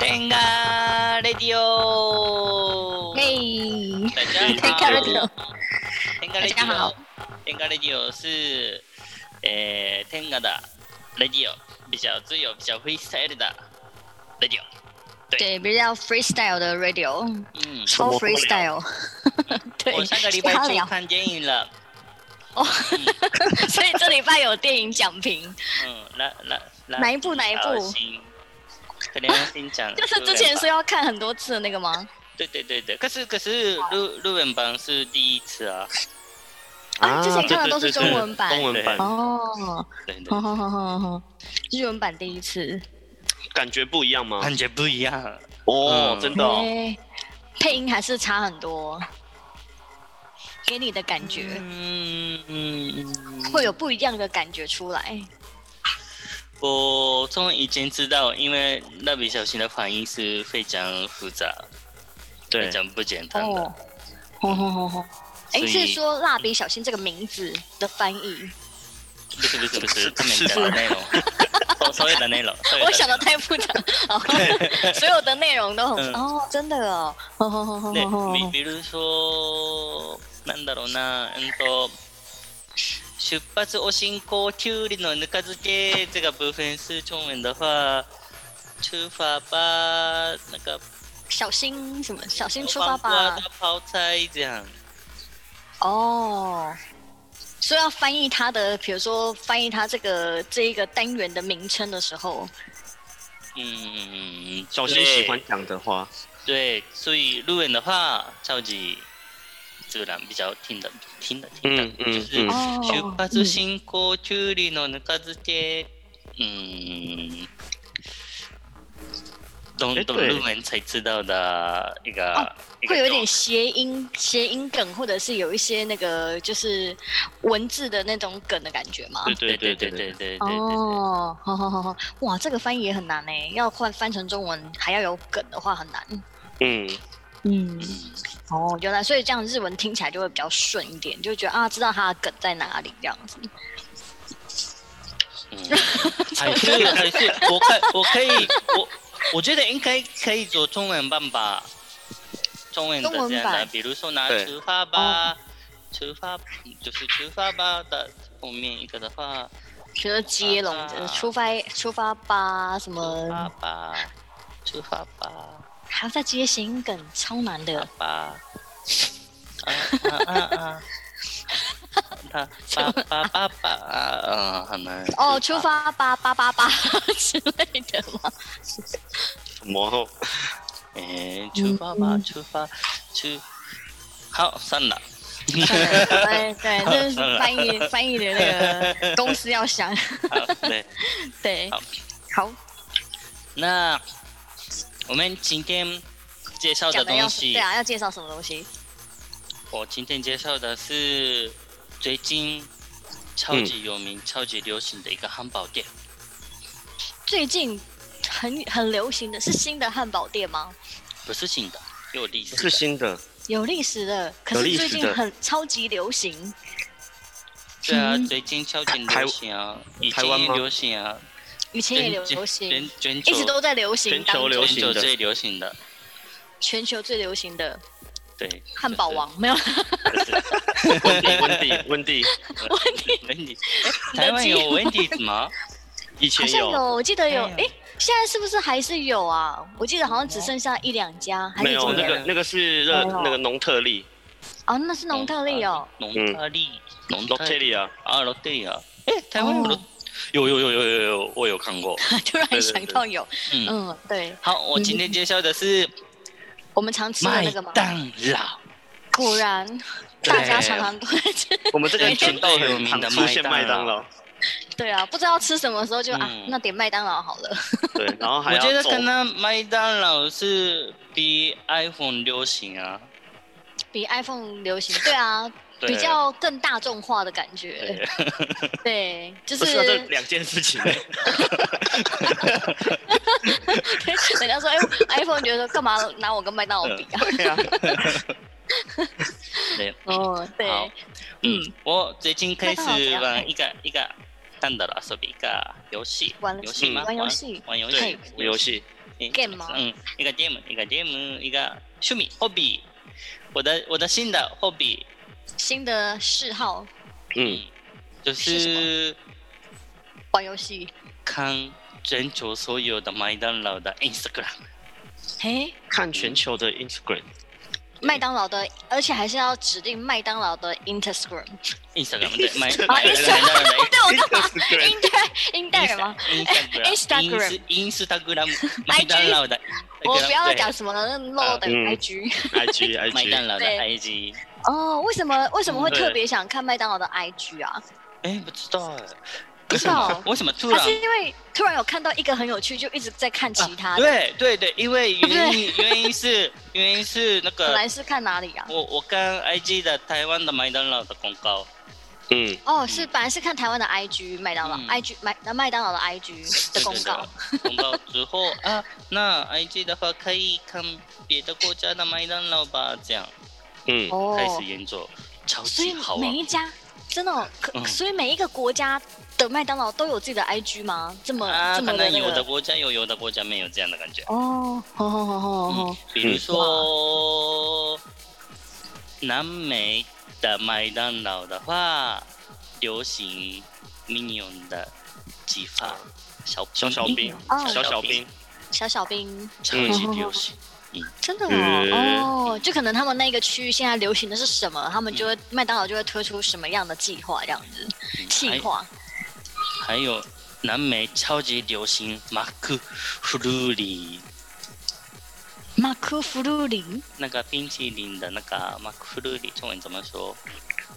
天咖 radio，嘿，大天家咖好， radio，天咖大 radio，家好，天咖 radio 是，诶、天咖的 radio 比较自由、比较 freestyle 的 radio，对，比较 freestyle 的 radio，嗯，超 freestyle，对 我，上个礼拜瞎去聊看电影了，所以这礼拜有电影讲 评，嗯，来来来，哪一部哪一好部？心可怜心讲，就是之前说要看很多次的那个吗？对对对对，可是可是日日文版是第一次啊，啊，之前对看的对都对是中对文版中。文版哦，对对好好好好好，日文版第一次感觉不一样吗？感觉不一样。哦嗯，真的哦，诶配音还是差很多，给你的感觉嗯嗯，会有不一样的感觉出来。我从以前知道，因为蜡笔小新的反应是非常复杂，非对，常不简单的。哦，吼吼吼吼！哎，所是以说《蜡笔小新》这个名字的翻译？不是不是不是，他们讲的内容，所所有的内容，所有我的想的太复杂， 哦所有的内容都很哦，真的哦，吼吼吼吼嗯对吼吼，比比如说，なんだろうな、うんと、出発お進行きゅうりのぬか漬け这个部分是中文的话，出发吧，那个小心什么？小心出发黄瓜吧的！泡菜这样。哦，所以要翻译它的，比如说翻译它这个这一个单元的名称的时候，嗯，小新喜欢讲的话，对。对，所以路人的话超级自然，比较听得听得听得。嗯嗯就是嗯，哦，出発進行中理のぬか漬け。嗯，懂哎懂对路人才知道的一个，哦一个会有点谐音谐音梗，或者是有一些那个就是文字的那种梗的感觉吗？对对对对对对对对对对，对对。哦，好好好好，哇，这个翻译也很难呢，要换翻成中文还要有梗的话很难。嗯，嗯，嗯哦，原来所以这样日文听起来就会比较顺一点，就觉得啊，知道它的梗在哪里这样子。嗯，还是还是，我看我可以，我我觉得应该可以做中文版吧，中文的中文这样的，版比如说拿对出发吧，出发就是出发吧的后面一个的话，觉得接龙啊，呃出发出发吧，什出发么吧，出发吧。还要再接行梗，超难的。吧。啊啊啊啊！爸爸爸爸啊，啊，很难哦，出发吧吧吧吧 之类的 吗？什么？哎，出发吧，出发，出，好，算了。对对，这是翻译翻译的那个公司要想好，对，对好。好，那我们今天介绍的讲的东要对西，啊，要介绍什么东西？我今天介绍的是最近超级有名、超级流行的一个汉堡店。最近很很流行的是新的汉堡店吗？不是新的，有历史是的，新的，有历史的，可有是历最史近的很超级流行。对啊，嗯最近超级台流行啊，以台前湾也吗流行啊，以前也流流行全，全球一直都在流行全当球中，流全行球的最流行的，全球最流行的对，汉堡王没有？温蒂温蒂温蒂， Wendy，台 湾有 Wendy 吗？以好前像有，我记得有，哎诶，现在是不是还是有啊？我记得好像只剩下一两家，还是没怎有么那样？个那个是没那有那个农特利哦，那是农特利哦，农特利，农农特利啊，啊，农特利啊，哎，台湾有哦农有有有有有有，我有看过。 突然对对想到有，嗯嗯，对，好，我今天介绍的是我们常吃的麦那个吗？当劳，果然，对大家常常都会吃。 我们这个全频球道最有很名常的出现麦麦当当劳劳，对啊，不知道吃什么时候就、啊嗯，那点麦当劳好了。对，然后还我觉要得走可能麦当劳是比 iPhone 流行啊，比 iPhone 流行，对啊，对比较更大众化的感觉对。对，就不是是啊这两件事 情， 人家说，哎、i p h o n e 觉得干嘛拿我跟麦当劳比啊？对啊，对。哦，对，好嗯，我最近开始玩一个一个なんだろう遊びか游戏玩游戏吗玩游戏玩游はい戏对，游戏，game 吗う？ん一个 game 一个 game 一个趣味 hobby 我的我的新的 hobby 新的嗜好嗯，就是是玩游戏。看全球所有的麦当劳的 Instagram 嘿，看全球的 Instagram，麦当劳的，而且还是要指定麦当劳的 Instagram。 Instagram 对麦 Instagram 麦麦当劳的 对，我干嘛？ Instagram，英代英代人吗？ Instagram Instagram Instagram 麦当劳的 Instagram，我不要对讲什么那漏的嗯 IG。 IG 麦当 IG，劳的对 IG 哦，为什么为什么会对特别想看麦当劳的 IG 啊？哎不知道哎不知道为什么突还然是因为突然有看到一个很有趣，就一直在看其他啊的。对对对，因为原因原因是原因是那本个来是看哪里啊？我我看 IG 的台湾的麦当劳的广告，嗯，哦，是本来是看台湾的 IG 麦当劳、嗯 IG 麦那麦当劳 的 IG 的公告，对对对公告之后啊，那 IG 的话可以看别的国家的麦当劳吧，这样嗯，哦开始研究，超所以级好每玩。一家真的哦、可、嗯所以每一个国家的麦当劳都有自己的 IG 吗？这么、啊，这么可的能那有的个？国家有，有的国家没有这样的感觉。哦，好好好好好嗯，比如说南美的麦当劳的话，流行 Minion 的技法，小小小兵，哦小小兵，小小兵，超级流行。真的哦、嗯哦，就可能他们那个区域现在流行的是什么，他们就会麦当劳就会推出什么样的计划这样子，嗯计划还有南美超级流行马克弗鲁里，马克弗鲁林那个冰淇淋的那个马克弗鲁里，中文怎么说？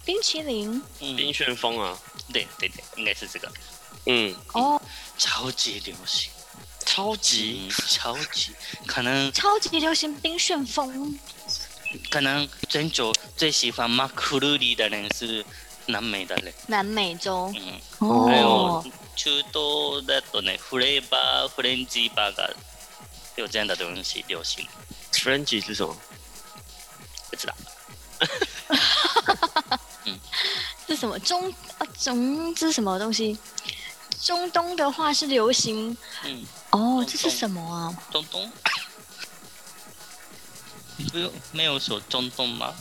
冰淇淋嗯，冰旋风啊，对对对，应该是这个嗯，哦，超级流行，超级嗯，超级可能超级流行冰旋风可能全球最喜欢马克鲁里的人是南美的人，南美洲嗯，还有哦，中东だとね、フレーバー、フレンチバーガー有这样的东西流行， Frenzy 是什么？不知道。是什么中啊中这是什么东西？中东的话是流行嗯，哦中，这是什么啊？中东？不 用，没有说中东吗？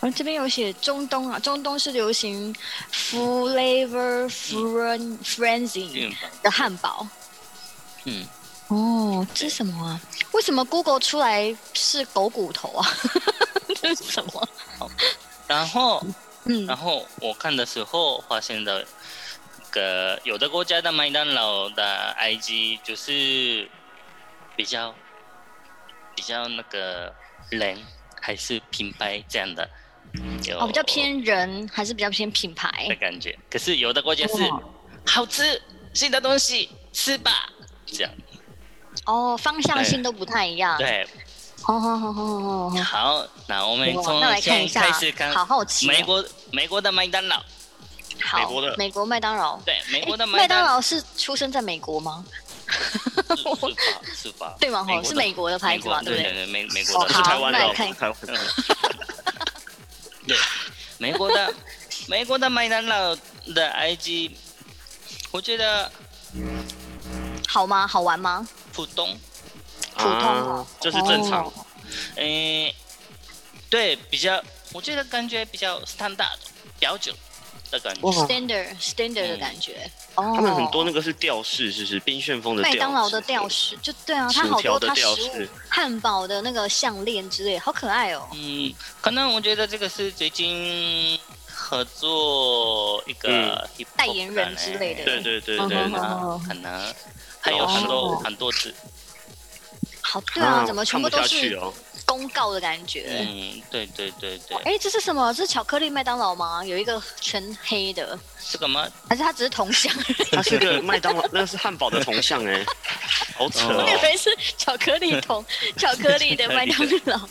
我哦这边有写中东啊，中东是流行 flavor fren frenzy 日本。的汉堡。 嗯，哦，这是什么啊？为什么 Google 出来是狗骨头啊？ 这是什么？然后，嗯然后我看的时候发现的，个有的国家的麦当劳的 IG 就是比较比较那个人还是品牌这样的，有哦，比较偏人还是比较偏品牌的？感觉。可是有的国家是哦好吃新的东西吃吧，这样哦，方向性都不太一样。对。哦，好好好好好。好，那我们从那来看一现下在开始看好好奇哦、美国美国的麦当劳，好美国的美国麦当劳。对，美国的哎诶麦当当劳是出生在美国吗？是吧是吧？ 对吗？吼，的是美国的牌子嘛，美国对不对对？对，美美哦国不的是好台湾的那哦，来不看是台湾的。对，美国 的美国的麦当劳的 IG，我觉得好吗？好玩吗？普通，普通哦啊就是正常哦，诶、对，比较，我觉得感觉比较 standard 标准的感觉。哇， standard standard 的感觉。哦，嗯他们很多那个是吊饰，是不是冰旋风的麦当劳的吊吊饰，饰，就对啊，它好薯条多的它食吊物饰，汉堡的那个项链之类，好可爱哦。嗯，可能我觉得这个是最近合作一个嗯 hip hop 代言人之类的的对呢，对对嗯对哼对哼，啊，可能还有很多很多次，好，对啊，怎么我全看部不都下去是哦？公告的感觉？嗯，对对对对，哎，这是什么？这是巧克力麦当劳吗？有一个全黑的，这个吗？还是它只是铜像？它是个麦当劳，那是汉堡的铜像 哎，好扯我哦 以哦。为是巧克 力桶，巧克力的麦当劳。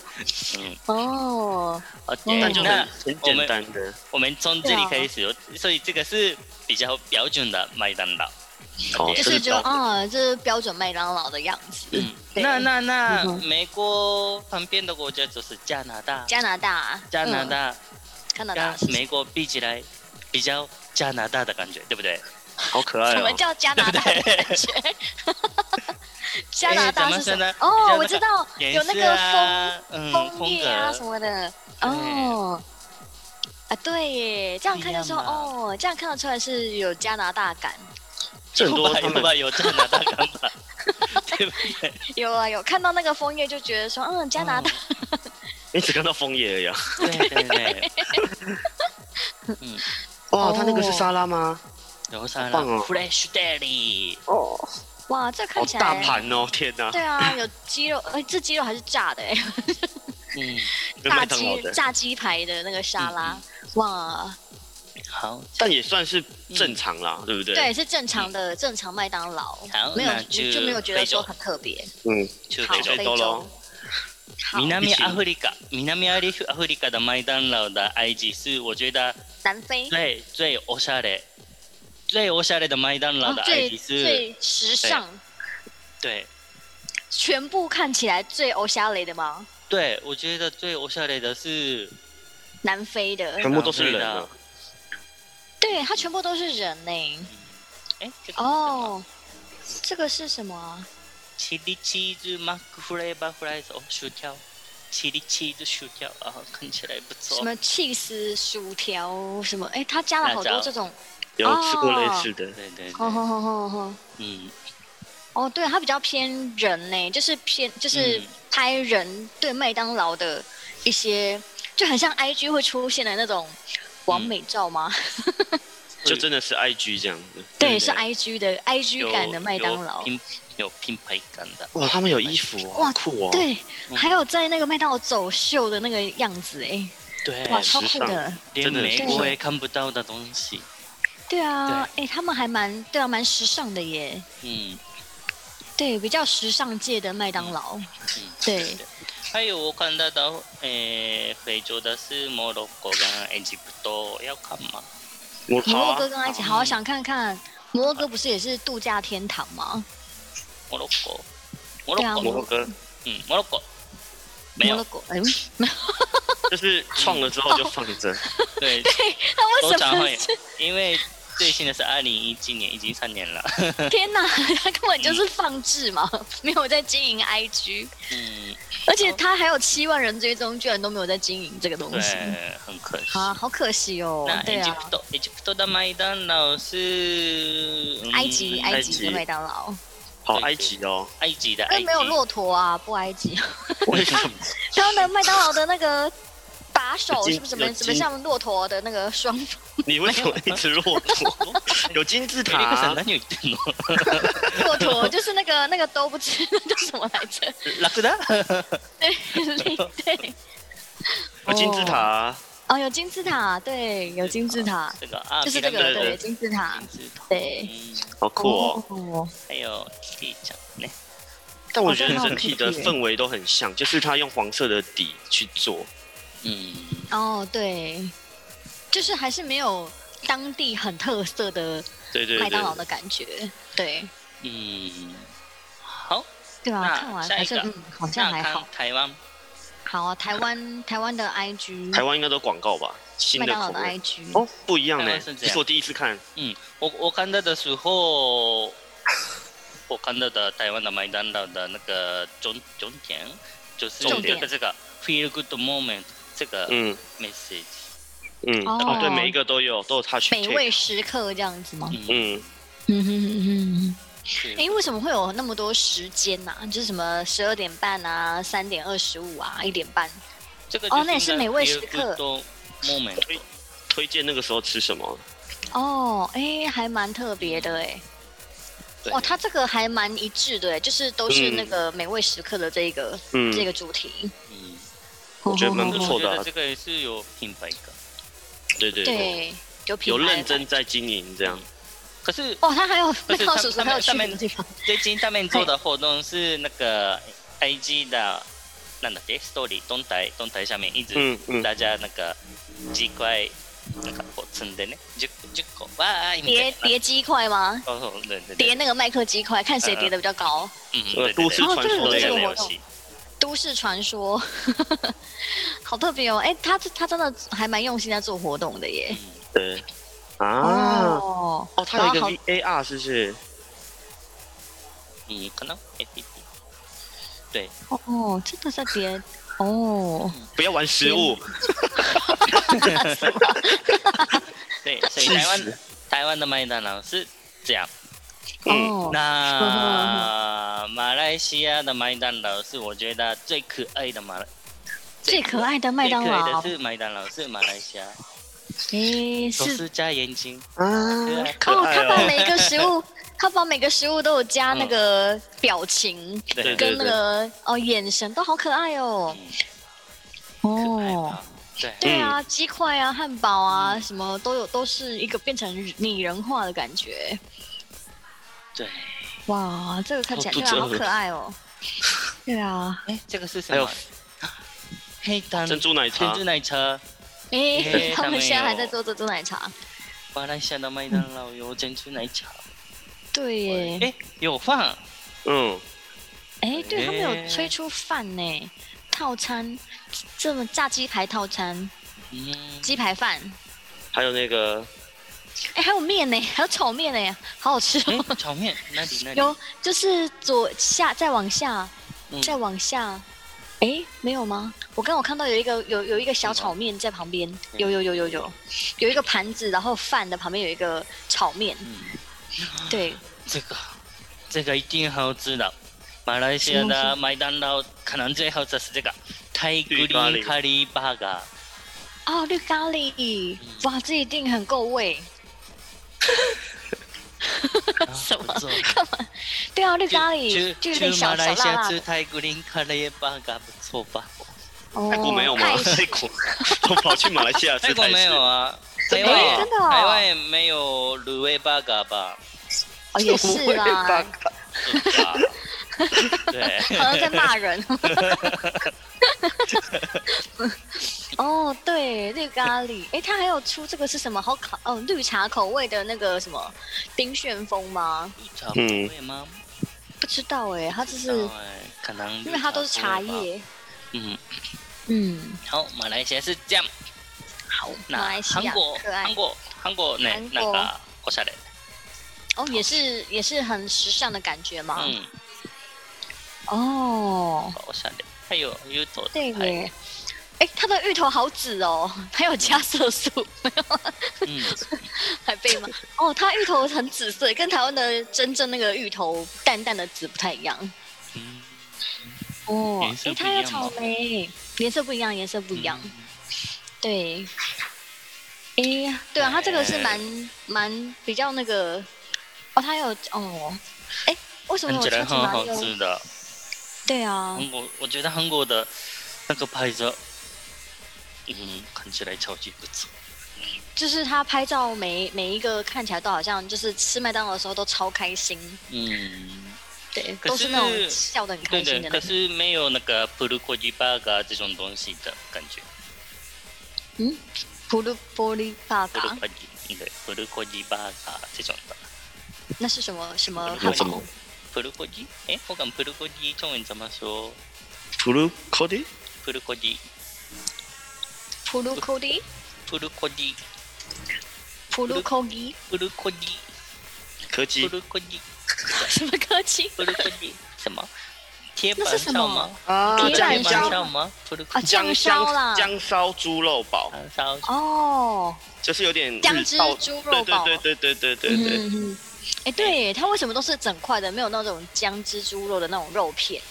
嗯哦， ，OK，那就那很很简单的，我们从这里开始，所以这个是比较标准的麦当劳。哦，就这是个觉得标准啊，这是标准麦当劳的样子。嗯，对那那那嗯美国旁边的国家就是加拿大，加拿大，啊加拿嗯，大加拿大跟是美国比起来比较加拿大的感觉，对不对？好可爱什么哦！叫加拿大哎的感觉？ 加拿大哎？咱是什么们现在哦，我知道，有颜色那个风啊，嗯，风格哎月啊什么的。对哦，啊对耶，这样看就说不一样啊哦，这样看得出来是有加拿大感。这很多有吧他有们吧有加拿大干 吧，对不对？有啊有，看到那个风月就觉得说，嗯，加拿大。你只看到枫叶而已啊。嗯，对对对，嗯，哦哇，它那个是沙拉吗？然后上好棒哦 Fresh Dairy，哦，哇，这好看起来大盘哦！天哪，对啊，有鸡肉，哎，这鸡肉还是炸的哎，嗯，跟炸麦当劳鸡的，嗯炸鸡排的那个沙拉，哇，好，但也算是正常啦，对不对？对，，是正常的正常麦当劳，好没有那就就没有觉得非洲说很特别。嗯，中好，非洲非非洲洲咯。好，南アフリカ，南アフリカ的麦当劳的埃及是我觉得南非最最おしゃれ、最おしゃれ的麦当劳哦的埃最及是，最时尚，对全部看起来最欧夏雷的吗？对，我觉得最おしゃれ的是南非的，全部都是人啊。对，它全部都是人呢、哎，这个是什么哦，这个是什么啊？チリチーズマックフレーバーフライズ哦，薯条，チリチーズ薯条啊，看起来不什错。么气丝薯条什么？哎，它加了好辣多椒这种，有吃过类似的，对对对，哦吼吼吼吼。嗯，哦，对，它比较偏人呢、就是偏就是嗯拍人对麦当劳的一些，就很像 IG 会出现的那种完美照吗？就真的是 IG 这样子。对，对是 IG 的 IG 感的麦当劳有。品有品牌感的，哇，他们有衣服哦，哇好酷哦！对，嗯还有在那个麦当劳走秀的那个样子哎、对哇，时超酷的尚！连真的美是国也看不到的东西。对啊，哎、他们还蛮对啊，蛮时尚的耶。嗯对，比较时尚界的麦当劳。嗯，对的。还有我看到的，诶、非洲的是摩洛哥跟埃及不多，要看吗？我摩好洛啊哥跟埃及，好啊好想看看。摩洛哥不是也是度假天堂吗？摩洛哥，摩对啊洛摩哥，洛哥嗯，摩洛哥，没摩洛 有，哥， 哎、就是创了之后就放着，对，那通为什常么 会？因为最新的是二零一七年，已经三年了。天哪， 他根本就是放置嘛，没有在经营 IG，嗯，而且他还有七万人追踪，居然都没有在经营这个东西。对，很可惜。啊，好可惜哦那。对エジ啊プ，ト、エジプト的麦当劳是、嗯埃及埃埃及及的麦当劳， 好埃及哦。埃及的埃但及没有骆驼啊，不埃及。为什么？然后呢，麦当劳的那个把手有是金不是怎么有金怎么像骆驼的那个双你为什么一直骆驼？有金字塔エリカさ啊ん、何を言ってんの 骆驼，就是那个那个都不吃，那叫什么来着？ラクダ对对。有金字塔啊，哦，有金字塔，对，有金字塔，这个啊，就是这ピ个ラミッド对对金字塔金，字塔。对。嗯，好酷哦！哦，还有 Kitty 酱呢，但我觉得整体的氛围都很像，就是它用黄色的底去做，嗯，哦，对，就是还是没有当地很特色的对对麦对当，劳的感觉，对嗯，好，对吧、那看完下一还是个嗯，好像那还看好。台湾，好啊，台湾台湾的 IG，台湾应该都广告吧，新麦的当劳口的味 IG，、哦，不一样台呢湾是，这这样是我第一次看，嗯，我我看到的时候，我看到的台湾的麦当劳的那个终终点，就是终这点个这个 Feel Good Moment 这个嗯 message，嗯，哦哦，对，每一个都有，都有 touch 美 tape，味时刻这样子吗？嗯，嗯，嗯哼哼哼哼。是哎、为什么会有那么多时间呐、就是什么十二点半啊、三点二十五啊、一点半，这个哦就那也是个美味时 Feel 刻 Good Moment，推推荐那个时候吃什么？哦，哎、还蛮特别的哎、对哇，它这个还蛮一致的哎、就是都是嗯那个美味时刻的这个、嗯，这个主题。嗯，我觉得蛮可不是错我的觉啊得这个也是有品牌感，对对对，对，有品有牌认真在经营这样，可是哦，它还 有不麦是当劳叔叔他们还有去他们别的地方最近他们做的活动是那个 IG 的，なんだっけ Story 动态动态下面一直。嗯嗯，大家なんか10回なんかこう積んでね 10, 10個わ嗯ーいみた叠いな叠鸡块吗？そうそうででで叠那个麦克鸡块，看谁嗯叠的比较高。うんうん那で个で呃都で市哦传说类这个的我游懂戏，都市传说， 嗯好特别哦！哎、他他真的还蛮用心在做活动的耶。う对，啊，哦，哦，它有一然后个 VAR 是不是？你可能 APP 好哦，这个在别哦，不要玩食物， 对，所以气台湾死！台湾的麦当劳是这 样。嗯，哦，那马来西亚的麦当劳是我觉得最可爱的马来，最可爱的麦最当可爱劳的，是麦当劳，是马来西亚，诶，都是是加眼睛，啊，好可哦，爱他把哦，每个食物，他把每个食物都有加那个表情对对跟那个哦眼神，都好可爱哦。嗯可爱啊哦吧，？对，对啊，鸡块啊，汉堡啊，什么都有，都是一个变成拟人化的感觉。对，哇，这个看起来好对肚子啊，饿好可爱哦。对啊，哎，这个是什还有么？黑糖珍珠奶珍茶珠，奶茶，诶，嘿 他们现在还他们在有做珍珠奶茶。马来西亚的麦当劳有珍珠奶茶，对耶，哎，有放，嗯，诶，对他诶们有推出饭呢，套餐，这么炸鸡排套餐，嗯，鸡排饭，还有那个哎，还有面呢，还有炒面呢，好好吃哦。嗯炒面那里那里，有，就是左下，再往下，嗯再往下。哎，没有吗？我刚好看到有一个有有一个小炒面在旁嗯边，有有有有有，有一个盘子，然后饭的旁边有一个炒面，嗯 对，这个，这个一定好吃的。马来西亚什么的麦当劳可能最好吃是这个泰国绿咖喱林咖喱巴嘎，哦，绿咖嗯喱，哇，这一定很够味。什么不错对啊，绿咖去喱就有去点马小小来西辣亚辣吃的。泰国林咖喱巴嘎不错吧？哦泰国没有吗？泰式泰国都跑去马来西亚吃泰国泰没式有，啊，真台的湾哦也真的哦台湾也没有卤味巴嘎吧？哦，也是 啦，是吧对， 好像在骂人。哦，对，绿咖喱，哎，它还有出这个是什么？好烤，哦，绿茶口味的那个什么丁旋风吗？绿茶不会吗？不知道哎，它就不知是道哎可能因为它都是茶绿不会吧。叶，嗯，嗯，好，马来西亚是这样。好，那马来西亚韩国可韩爱国韩国ねなん韓国かおしゃれ。哦，也是也是很时尚的感觉嘛う。ん、哦，おしゃれ。はいよ、ゆうと。对はい。耶。哎，它的芋头好紫哦， 还有加色素，うん、还被骂。哦，它芋头很紫色，跟台湾的真正那个芋头淡淡的紫不太一样。哦颜，色诶，不一它有样嗯草吗莓，颜色不一样，颜色不うん一样。对，诶，对啊，它这个是蛮蛮比较那个，哦，它有哦，诶，为什么看我起超来级很马好里奥？吃嗯的。对啊，韩国，我觉得韩国的那个拍照，嗯，看起来超级不错。就是他拍照每每一个看起来都好像就是吃麦当劳的时候都超开心，嗯，对，可都是那是种笑得很对开心的，的可那种。是没有那个プルコギバーガー这种东西的感觉。嗯普鲁玻璃爸プル爸，コギ，对，プルコギバーガー这种的。那是什么什么有汉什堡么？プルコギ？哎，我讲プルコギ中文怎么说？普鲁科迪，プルコギ，普鲁科迪，プルコギ，普鲁科迪，プルコギ。科技布鲁克利， 什么科技？布鲁克利，什么？铁那板是什烧么吗？啊铁铁板板烧烧吗？布鲁克啊，利酱烧啦姜，姜烧猪肉堡，板烧，哦，就是有点姜日汁道猪肉堡对对对对对对对对，嗯嗯，哎，对耶，它为什么都是整块的，没有那种姜汁猪肉的那种肉片？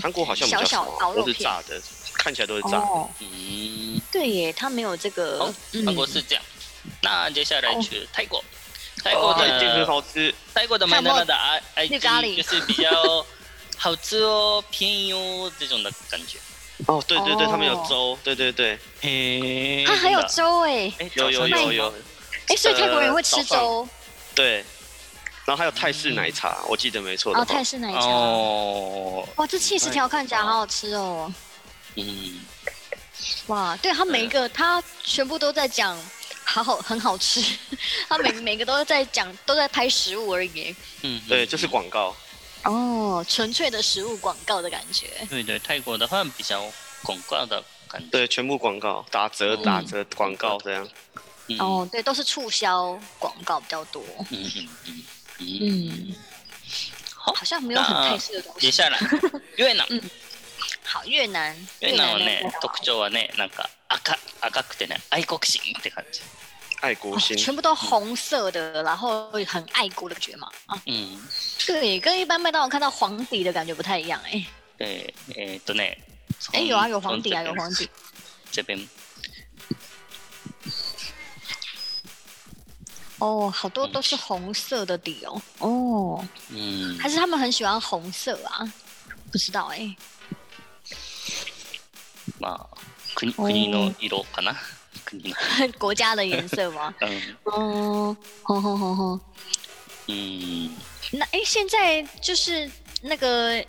韩国好像比较小少啊小薄肉都是片炸的，看起来都是炸的。哦，嗯，对耶，它没有这个好。嗯哦韩国是这样。那接下来去泰国，泰国哦，一定很的好吃。泰国的麦当劳的 I I 绿咖喱 G 就是比较好吃哦，便宜哦这种的感觉。哦，对对对，哦他们有粥，对对对，嘿它啊还有粥哎，哎，有有有有，哎，所以泰国人会吃早上粥对。然后还有泰式奶茶，我记得没错的哦，话。泰式奶茶。哦，哇，这气势条看起来好好吃哦！嗯，哇，对它每一个，它全部都在讲，好好很好吃，它每每个都在讲，都在拍食物而已。嗯，对，就是嗯广告。哦，纯粹的食物广告的感觉。对对，泰国的话比较广告的感觉。对，全部广告，打折嗯打折广告这样。嗯哦，对，都是促销广告比较多，嗯嗯嗯嗯，嗯，好好像没有很那泰式的东西接。下来越南好，越南，哦越南はね越南特徴はねなんか赤赤くてね愛国心って感じ。爱国哦心。全部都红色的，然后很爱国的感觉嘛。啊，うん。对，跟一般麦当劳看到黄底的感觉不太一样哎、でえーっとね。哎、有啊，有黄底啊，有从黄 底。这边。这边哦，好多都是红色的底哦。哦，嗯还，是他们很喜欢红色啊？不知道哎、 まあ国国の色かな。国の。国家的颜色吗？うん哦，吼吼吼吼。うん。那哎、现在就是那个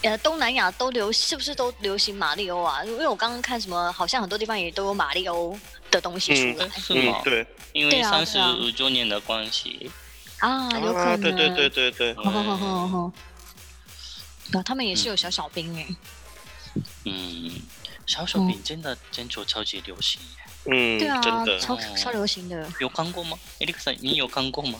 呃，东南亚都流，是不是都流行马里欧啊？因为我刚刚看什么，好像很多地方也都有马里欧的东西出来、是嗯吗，？对因对为啊三对十啊五周年的关系，啊，有可能。对对对对对，哦哦哦哦。哦，他们也是有小小兵哎、嗯，小手柄真的真的超级流行耶。嗯，对啊真，的，超哦超流行的。有看过吗？艾利克森，你有看过吗？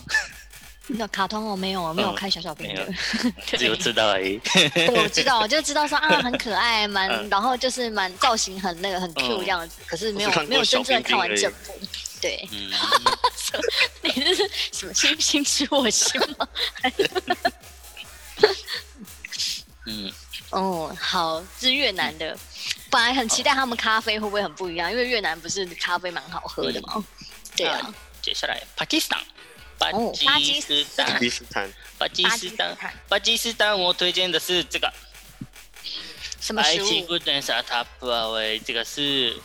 那卡通我没有，没有嗯开小小兵的没，只有知道而已。对， 我知道，我就知道说啊，很可爱，蛮，嗯然后就是蛮造型很那个很 Q 这样子，可是没有嗯我只看过没有真正的看完小整兵部。对，嗯， 你这是什么心心知我心吗？嗯， 哦，好，是越南的。本来很期待他们咖啡会不会很不一样，因为越南不是咖啡蛮好喝的嘛。对啊，接下来巴基斯坦，巴哦巴基基斯斯巴坦，基斯坦巴基斯巴基斯坦坦，巴基斯坦，我推荐的是这个什么埃食及物？古典沙塔普阿维，这个是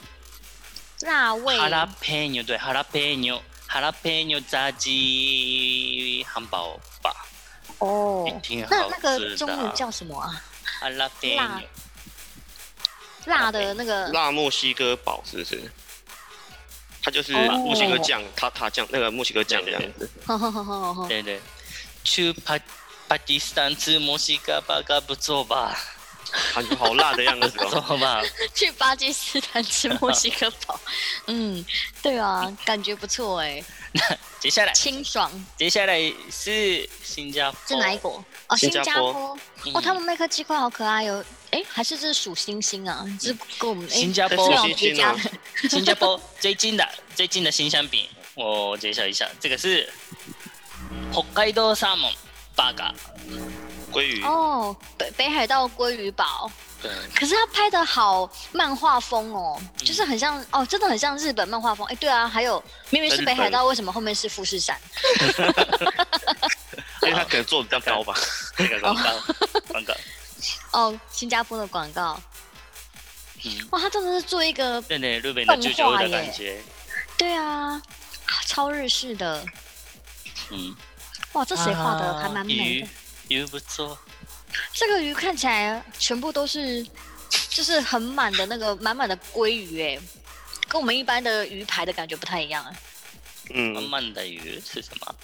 辣味。哈拉佩牛，对，哈拉佩牛，哈拉佩牛炸鸡汉堡吧，哦，挺那好那个吃啊中文的。叫什么啊？哈拉佩辣牛，辣的那个辣墨西哥堡是不是？它就是哦墨西哥酱，塔塔酱那个墨西哥酱这样子。呵呵呵呵呵，对对，去巴巴基斯坦吃墨西哥巴嘎不错吧？感觉好辣的样子不哦。错吧？去巴基斯坦吃墨西哥堡， 嗯，对啊，感觉不错哎，接下来，清爽。接下来是新加坡，是哪一国？哦，新新加加坡坡。嗯哦，他们那颗鸡块好可爱哦。哎，还是这是数星星啊？这跟我们哎新加可坡是没有有星别星家啊的。新加坡最近的最近的新商品，我介绍一下，这个是北海道サーモンバーガー。 鲑鱼，哦，北北海道鲑鱼堡。对，可是他拍的好漫画风哦，就是很像哦，真的很像日本漫画风。哎，对啊，还有明明是在日北海本道，为什么后面是富士山？因为它可能做的比较高吧。 这个广告，广告。哦，新加坡的广告。嗯，哇，他真的是做一个，对对，日本的九州的感觉。对啊，啊超日式的，嗯，哇，这谁画的啊还蛮美的鱼。鱼不错，这个鱼看起来全部都是，就是很满的那个满满的鲑鱼，哎，跟我们一般的鱼排的感觉不太一样。啊慢嗯，慢的鱼是什么？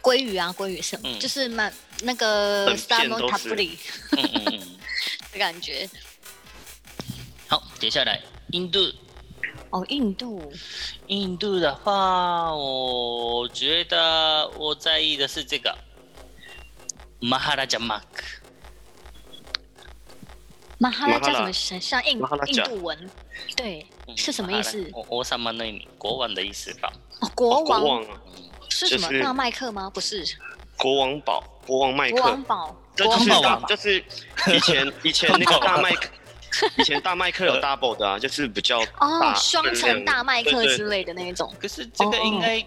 鲑鱼啊，鲑鱼是，嗯就是满那个整片 salmon 都 t a p 是 r 嗯嗯嗯。的感觉。好，接下来印度。哦，印度，印度的话，我觉得我在意的是这个马哈拉加马克，马哈拉马哈叫拉什么？像像印马哈拉印加度文，对，嗯是什么意思马哈拉王王様の意味，国王的意思吧？哦，国哦国王王啊，是什么就是大麦克吗？不是，国王堡，国王麦国克王，堡，啊这国就王是汉堡大王吧就是以 前以前那个大麦克，以前大麦克有 double 的啊，就是比较呃哦，大双层大麦克对对之类的那一种。可是这个应该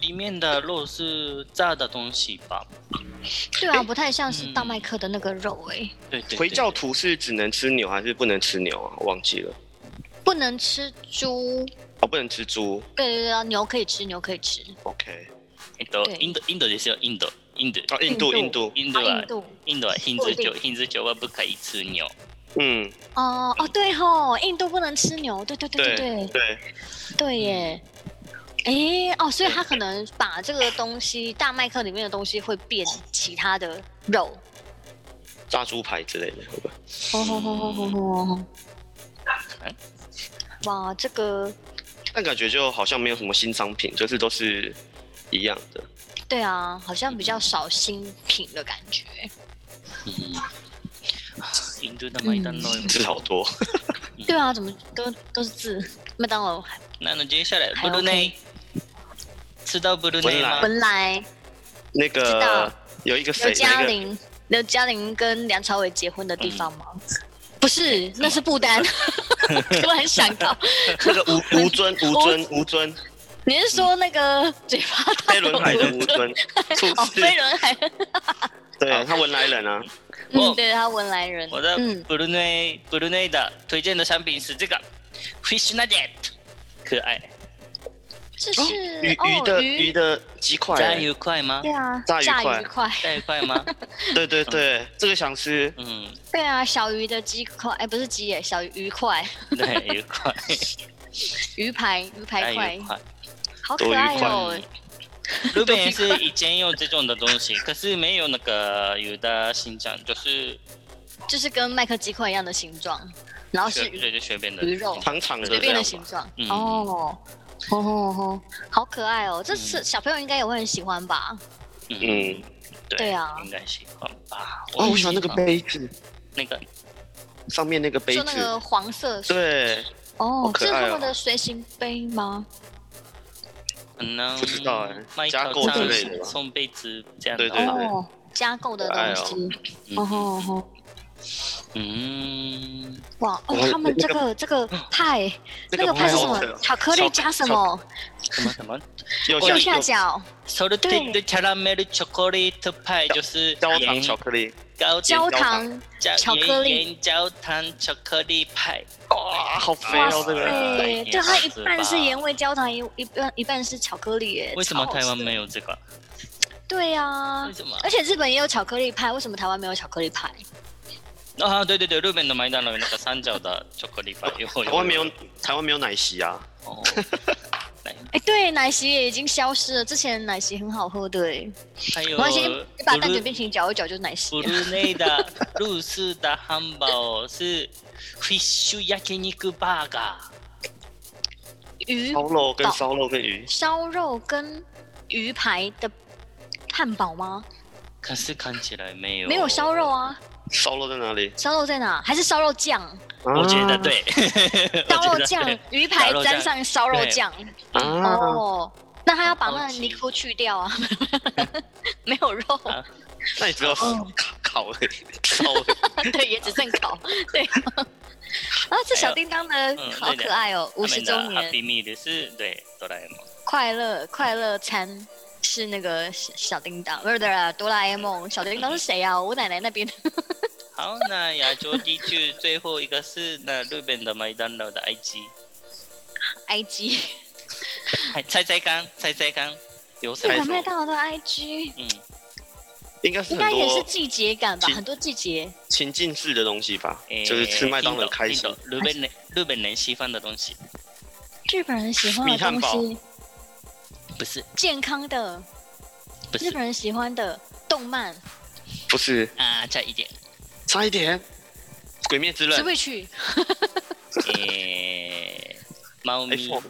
里面的肉是炸的东西吧？对啊，诶不太像是嗯大麦克的那个肉哎、对对对回教徒是只能吃牛还是不能吃牛啊？我忘记了。不能吃猪。哦，不能吃猪。对对对啊，牛可以吃，牛可以吃。 OK。えっと对インドインドですよインドインド啊，印度，印印度度。インド啊，は印度。インドはヒンズーそう教ヒンズー教は不可以吃牛。嗯，哦哦，对吼，印度不能吃牛。对对对对对对对，对耶。诶，哦，所以他可能把这个东西，大麦克里面的东西会变其他的肉。炸猪排之类的。会不会哦吼吼吼吼吼吼！哇，这个但感觉就好像没有什么新商品，就是都是一样的。 对啊，好像比较少新品的感觉。インドゥ名前だのよ。字好多，对啊，怎么都都是字？麦当劳なの接下来还ブルーネイ OK，知道ブルーネイ吗？文莱、那知道个有一刘个谁，嘉那个玲、刘嘉玲跟梁朝伟结婚的地方吗？嗯不是，那是不 丹。突然想 到，那个 吴吴尊，吴尊，吴尊，你是说那个嘴巴大飞轮海的吴尊，出 哦，事，飞轮海，对啊，他文莱人啊，哦嗯，对他文莱人，我的嗯，ブルーネイ、ブルーネイ的推荐的商品是这个 fish nugget，可爱，这哦是鱼哦鱼的鱼鱼，的鸡块炸欸，鱼块吗对？啊，炸鱼炸块鱼块，炸鱼块吗？对对对，这个想吃，嗯，对啊，小鱼的鸡块，哎，不是鸡耶，小鱼块，对，鱼块，鱼排，鱼排炸块鱼，块。好可爱多哦鱼。日本也是以前有这种的东西，可是没有那个有的形状，就是就是跟麦克鸡块一样的形状，然后是随鱼对就随便的鱼肉长长的随这便的样形吧，状嗯。哦，哦哦哦，好可爱哦！这是小朋友应该也会很喜欢吧？嗯，对对啊应该喜欢吧。哦，我喜欢那个嗯杯子，那个，上面那个杯就那子，个黄色，对，好哦，可这爱是哦他们的随行杯吗？嗯呢，不知道哎卖加购早餐之类的吧送杯子这样的。对对对哦，加购的东西。嗯哦哦哦，嗯，哇哦我，他们这个这个派，那那个派是什好么可？巧克力加什么？什么什么右右下下角？Salted caramel chocolate pie 就是焦糖盐巧克力，高焦焦糖糖，加巧克力盐盐焦糖巧克力派。哇，好肥哇哦，这个塞对，也对，它是一半是吧盐味焦糖，一一半一半是巧克力耶。为什么超好台湾吃没有这个？对啊呀、为什么？而且日本也有巧克力派，为什么台湾没有巧克力派？啊，对对对，日本的麦当劳有那个三角的巧克力派，有台湾没有，台湾没有奶昔啊，哦，来哎、对，奶昔也已经消失了。之前奶昔很好喝的、欸，还有我先你把蛋卷 Blue- 冰淇淋搅一搅就是奶昔ブル了。ーネイダルースダハンバースフィッシュ焼肉バーガ鱼烧肉跟堡烧肉跟鱼，烧肉跟鱼排的汉堡吗？ー。可是看起来没有没有烧肉。啊，烧肉在哪里？烧肉在哪？还是烧肉酱？我觉得啊对，烧我觉肉得酱哦对，鱼排沾上烧肉酱。啊，哦，那他要把那好个奇尼库去 掉啊，没有肉，啊那你只有烤嗯烤而已烧而已 对，也只剩烤，对。啊，这小叮当的嗯好对的可爱哦，五十周ハッ年ピーミールス对ドラえもん。快乐快乐餐是那个小小叮当，不是的，哆啦 A 梦。小叮当是谁啊？我奶奶那边的。 好，那亚洲地区最后一个是那日本的麦当劳的 IG， IG，はい猜猜看，猜猜看，有日猜本什麦么？当劳的 IG 嗯， 应该是应很该也是多季节感吧，季很多季节。情境式的东西吧，えー就是吃麦当劳开ヒ心ン。ト日本人日本人喜欢的东西，日本人喜欢的东米汉西，不是健康的，不日是本人喜欢的动漫不是，啊，差一点。差一点，《鬼灭之刃》 ，Switch。えー、猫咪。 iPhone，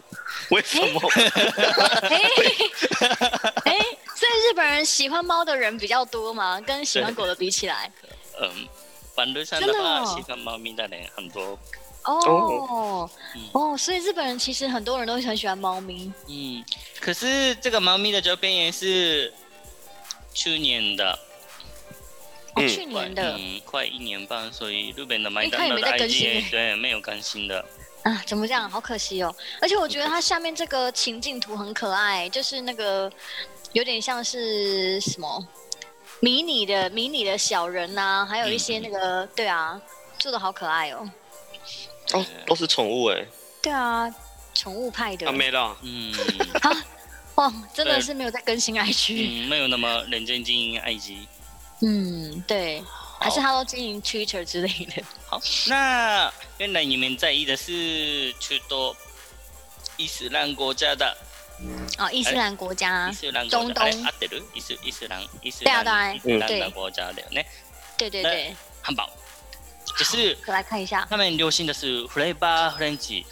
为什么？哎哎，所以日本人喜欢猫的人比较多嘛，跟喜欢狗的比起来。嗯，板路上的话，真的哦喜欢猫咪的人很多。哦嗯哦，所以日本人其实很多人都很喜欢猫咪。嗯，可是这个猫咪的周边也是去年的，哦，嗯去年的嗯，快一年半，所以日本的麦当劳因为的它也没在更新 IG 对没有更新的。啊，怎么这样？好可惜哦。而且我觉得它下面这个情境图很可爱，就是那个有点像是什么迷你的迷你的小人呐、还有一些那个、对啊，做的好可爱哦。哦，都是宠物哎，对啊，宠物派的啊没了，嗯哇，真的是没有在更新 IG。嗯，没有那么认真经营 IG。嗯，对，还是他都经营 Twitter 之类的。好，那原来你们在意的是去多伊斯兰国家的。哦，伊斯兰国家哎伊，斯兰国中家あれ東合ってるイスイスランイス对ラ啊，当ンイ，ス然ラン对的国家だよね。对对对，汉堡，就是可来看一下。他们流行的是 flavor French，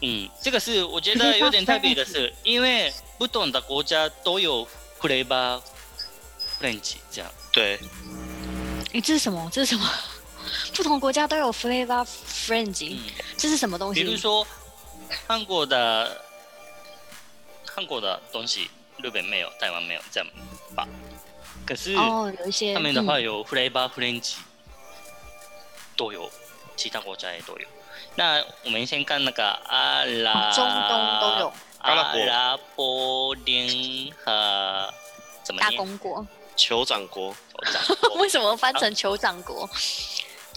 嗯，这个是我觉得有点特别的是，因为不同的国家都有 flavor French 这样。对，哎，这是什么？这是什么？ 不同国家都有 flavor frenzy，、嗯，这是什么东比西？如说韩国的韩国的东西，日本没有，台湾没有这样吧。可是哦，有一些他们的话嗯有 flavor French，都有，其他国家也都有。那我们先看那个阿拉中东都有阿阿拉拉伯伯联合怎么大念？公国， 酋长国，酋长国为什么翻成酋长国？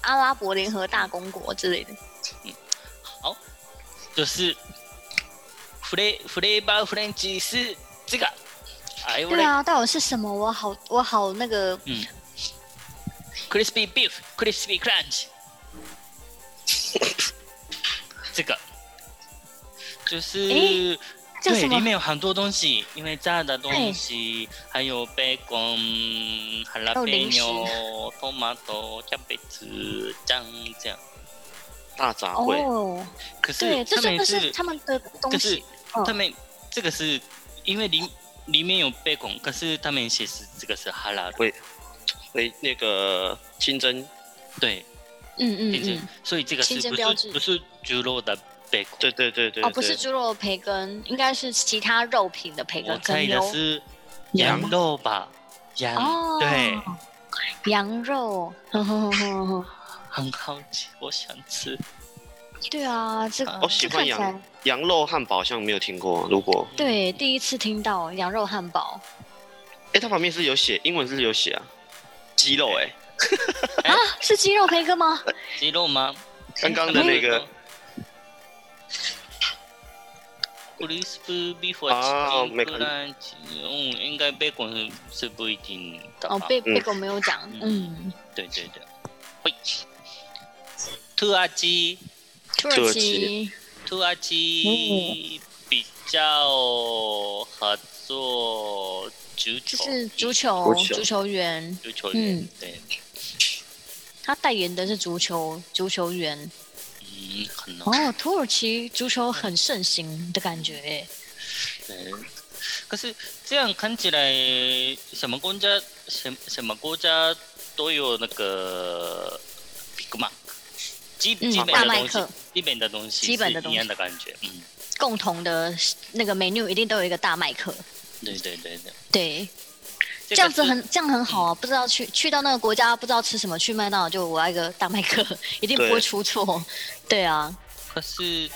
阿拉伯联合大公国之类的，就是フレフレーバーフレンチ是这个，哎我对嘞啊，到底是什么？我好，我好那个， crispy beef crispy crunch，这个就是、诶叫对什么里面有很多东西，因为炸的东西，还有 bacon、哈拉有贝零食牛、tomato、cabbage 酱这样。大杂烩，哦，可是对，这他真们的也是他们的可东是西。嗯他们这个是因为里里面有 bacon，可是他们写是这个是哈拉喂为那个清蒸，对，嗯嗯变成嗯，所以这个是清真不标是志不是猪肉的 bacon？对对对对，哦，不是对猪肉培根，应该是其他肉品的培我根，猜跟的牛是羊羊肉吧，羊哦，对，，羊肉， 哼哼哼哼哼很好奇，我想吃。嗯对啊，这啊这我哦喜看欢起羊来，羊肉汉堡，好像没有听过。如果对，第一次听到羊肉汉堡，哎，它旁边是有写，英文是有写啊，鸡肉哎，啊是鸡肉培根吗？鸡肉吗？刚刚的那个。 crisp beef 啊 chicken 没看 crunch，嗯，应该 bacon 是不一定的吧。哦，贝嗯贝狗没有讲，嗯，对对对，喂，土耳其，土土耳耳其其土耳其比较合作足就球，是足球哦足球足球员，足球员、嗯对，他代言的是足球足球员。嗯，很难。哦，土耳其足球很盛行的感觉耶，对，可是这样看起来，什么国家什什么国家都有那个 Big Mac，基嗯基本大的麦东西克，基本的东西基本的是一样的感觉。嗯，共同的那个 menu 一定都有一个大麦克。对对对对，对，这这个样子是很这样很好嗯啊！不知道去去到那个国家，不知道吃什么，去麦当劳就我要一个大麦克，一定不会对出错。对啊，可是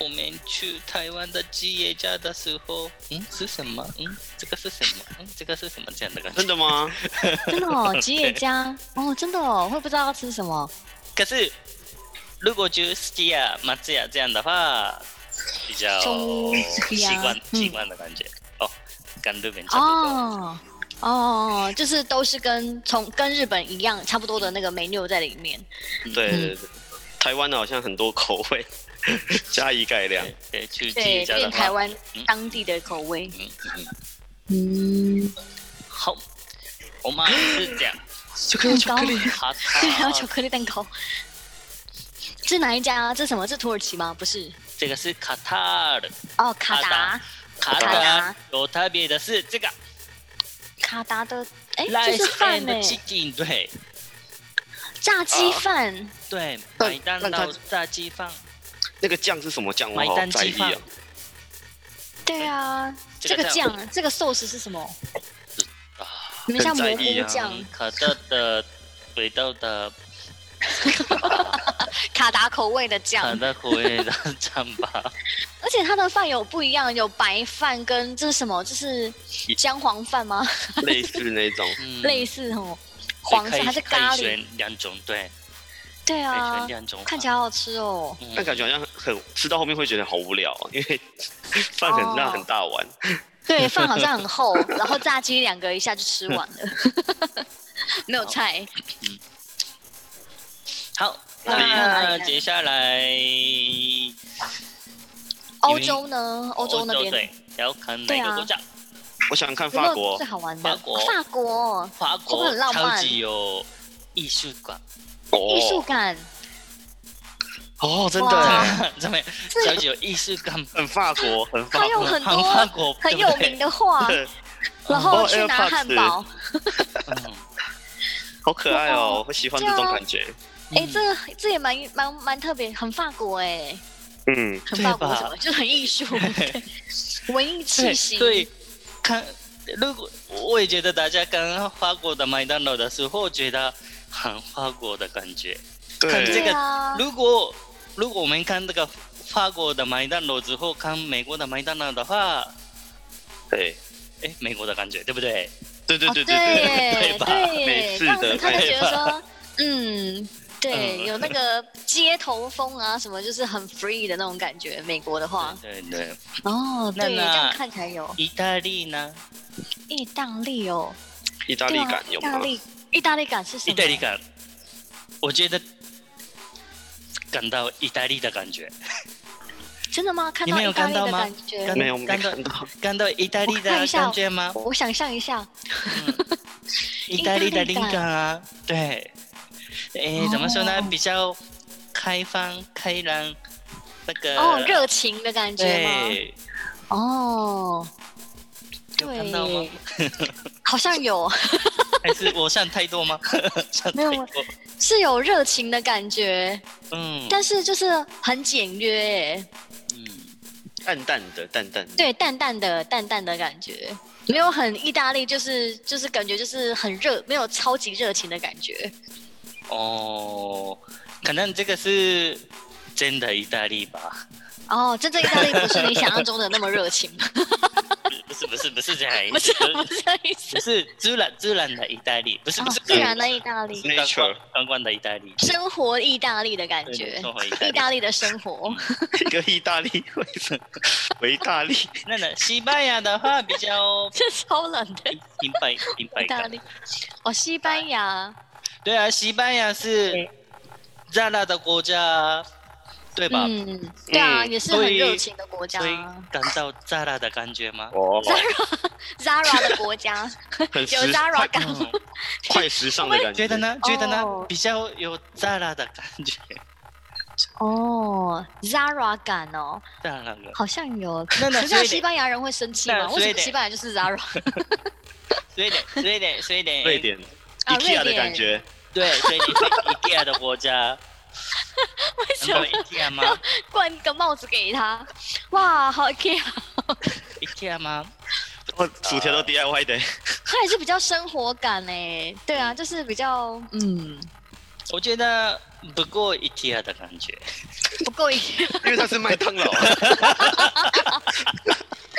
我们去台湾的吉野家的时候，嗯，是什么？嗯，这个是什么？嗯，这个是什么？这样的感觉真。的吗？真的 哦，吉野家哦，真的哦，会不知道要吃什么。可是如果就 ski 呀、松屋这样的话，比较中习惯嗯习惯的感觉、哦，跟日本差不多。哦哦，就是都是跟从跟日本一样差不多的那个 menu 在里面。对对对对，台湾的好像很多口味， 加以改良。对对，去吉对，野家的变台话，湾当地的口味。嗯嗯，嗯， 好，我们是这样，巧克蛋力，糕巧克力，好，对，还有巧好克力蛋糕。这哪一家啊？这什么？这土耳其吗？不是，这个是卡塔尔，哦，卡卡达达，卡塔尔塔尔有特别的是这个卡达的，哎，这 rice 是饭 and 哎、 chicken，对炸鸡饭，对，但麦当但它劳炸鸡饭，那个酱是什么酱？我麦好当在鸡意饭啊。，对啊，这这个呃个酱，这个 sauce 是什么？你们像很蘑在菇意啊酱，可乐的味道的卡达口味的卡酱，的口味的酱吧，而且它的饭有不一样，有白饭跟这是什么？这是姜黄饭吗？类似那 种。嗯，类似哦，黄可饭以还是咖可以喱？选两种，对，对可以啊选，两种，看起来好好吃 哦。嗯但感觉好像很很吃到后面会觉得好无聊，啊因为饭很大哦很大碗。对，饭好像很厚，然后炸鸡两个一下就吃完了， 没有菜。好，哇那接下来欧洲呢？欧洲那边哦对，要看哪个国家？我想看有法没有国最好玩的？法国哦法国法会不会国很浪超漫级有艺术馆，艺术哦，感。哦，真哇的 咱们这小酒艺术感很法 国，很法他国。用很很法多国很有名 的话， 对，然后哦去拿 AirPods 汉堡。嗯好可爱哦，我喜欢这这样种啊感觉。哎、这个这也蛮蛮蛮特别，很法国哎、嗯，很法国对吧什么，就是很 艺术，对文艺气息。对，看，如果我也觉得大家看法国的麦当劳的时候，觉得很法国的感觉。看这对，对啊个，如果如果我们看这个法国的麦当劳之后，看美国的麦当劳的话，对，哎，美国的感觉对不对？对对哦对对对，对对吧对美这式样子的他就对觉 得说，嗯，对，嗯有那个街头风啊，什么就是很 free 的那种感觉。美国的话，对对对。哦，那对，这样那看起来有意大利呢？意大利哦，意大利对啊，感有意大吗？利，意大利感是什意么？大利感，我觉得感到意大利的感觉，真的吗？看你到没有意大利看到的吗感觉感，没有没感到看到，感到意大利我看一的下感觉 吗？我想象一下，意大利的灵感啊，对，诶，怎么说呢哦？比较开放、开朗，那个哦，热情的感觉吗？呃对，哦，有看到吗对？好像有，还是我想太多吗？想没太有多，是有热情的感觉，嗯但是就是很简约，哎嗯，淡淡的淡淡的。 对，淡淡的淡淡的感觉，没有很意大利，就是就是感觉就是很热，没有超级热情的感觉。哦，可能这个是真的意大利吧？哦，真正意大利不是你想象中的那么热情， 不是不是不是这样意不是思，不是这意 思不。是自然自然的意大利，不是哦不是，自然的意大利，观 Nature 观光的意大利，生活意大利的感对觉生活意大，利意大利的生嗯活。一个意大利为什么？维大利，那那西班牙的话比较这超冷的品牌品牌意大感。利。哦，西班牙，对啊，西班牙是对 Zara 的国家啊，对吧？嗯，对啊，嗯也是很热情的国家所以感到 Zara 的感觉吗？哦， ，Zara 的国家很有时 Zara 感嗯快时尚的感觉觉得？呢？觉得呢哦？比较有 Zara 的感觉哦，Zara 感哦， ，Zara 的。好像有。那那可是这所样以西得班牙人会生气那吗？为什所以么得西班牙就是 Zara 瑞典，瑞典，瑞典，瑞，典啊？ ，IKEA 瑞的感典？觉，对，瑞典是 IKEA 的国家。为你什知道么 IKEA 吗冠个帽子给他？哇，好 啊 IKEA， ？IKEA 吗？哦，薯条都 DIY 的，他也是比较生活感哎。对啊，就是比较嗯我觉得不够 IKEA 的感觉。不够 IKEA，因为它是麦当劳。啊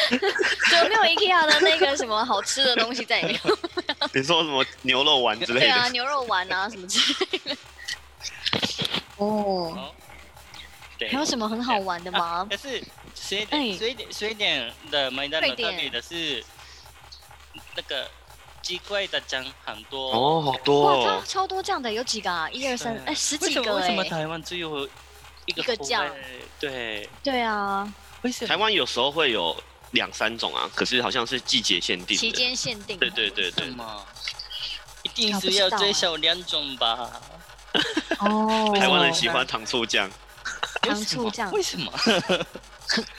对，没有 IKEA 的那个什么好吃的东西在里 面。 你说什么牛肉丸之类对啊，的？牛肉丸啊什么之类的。哦， 哦，对还有什么很好玩的吗？可是瑞哎典、瑞典、瑞典的麦当劳瑞典特别的是那个鸡块的酱很多。哦，好多哇，它哦，超多这样的，有几个啊？一二三，对哎，十为几什么个为什么哎。台湾只有一个一个口味酱？对，对啊，为什台么？湾有时候会有两三种啊，可是好像是季节限定期的。间嗯限定。啊对对对为对什，么？一定是要最少两种吧？哦台湾人喜欢糖醋酱，糖为什醋么酱为什么？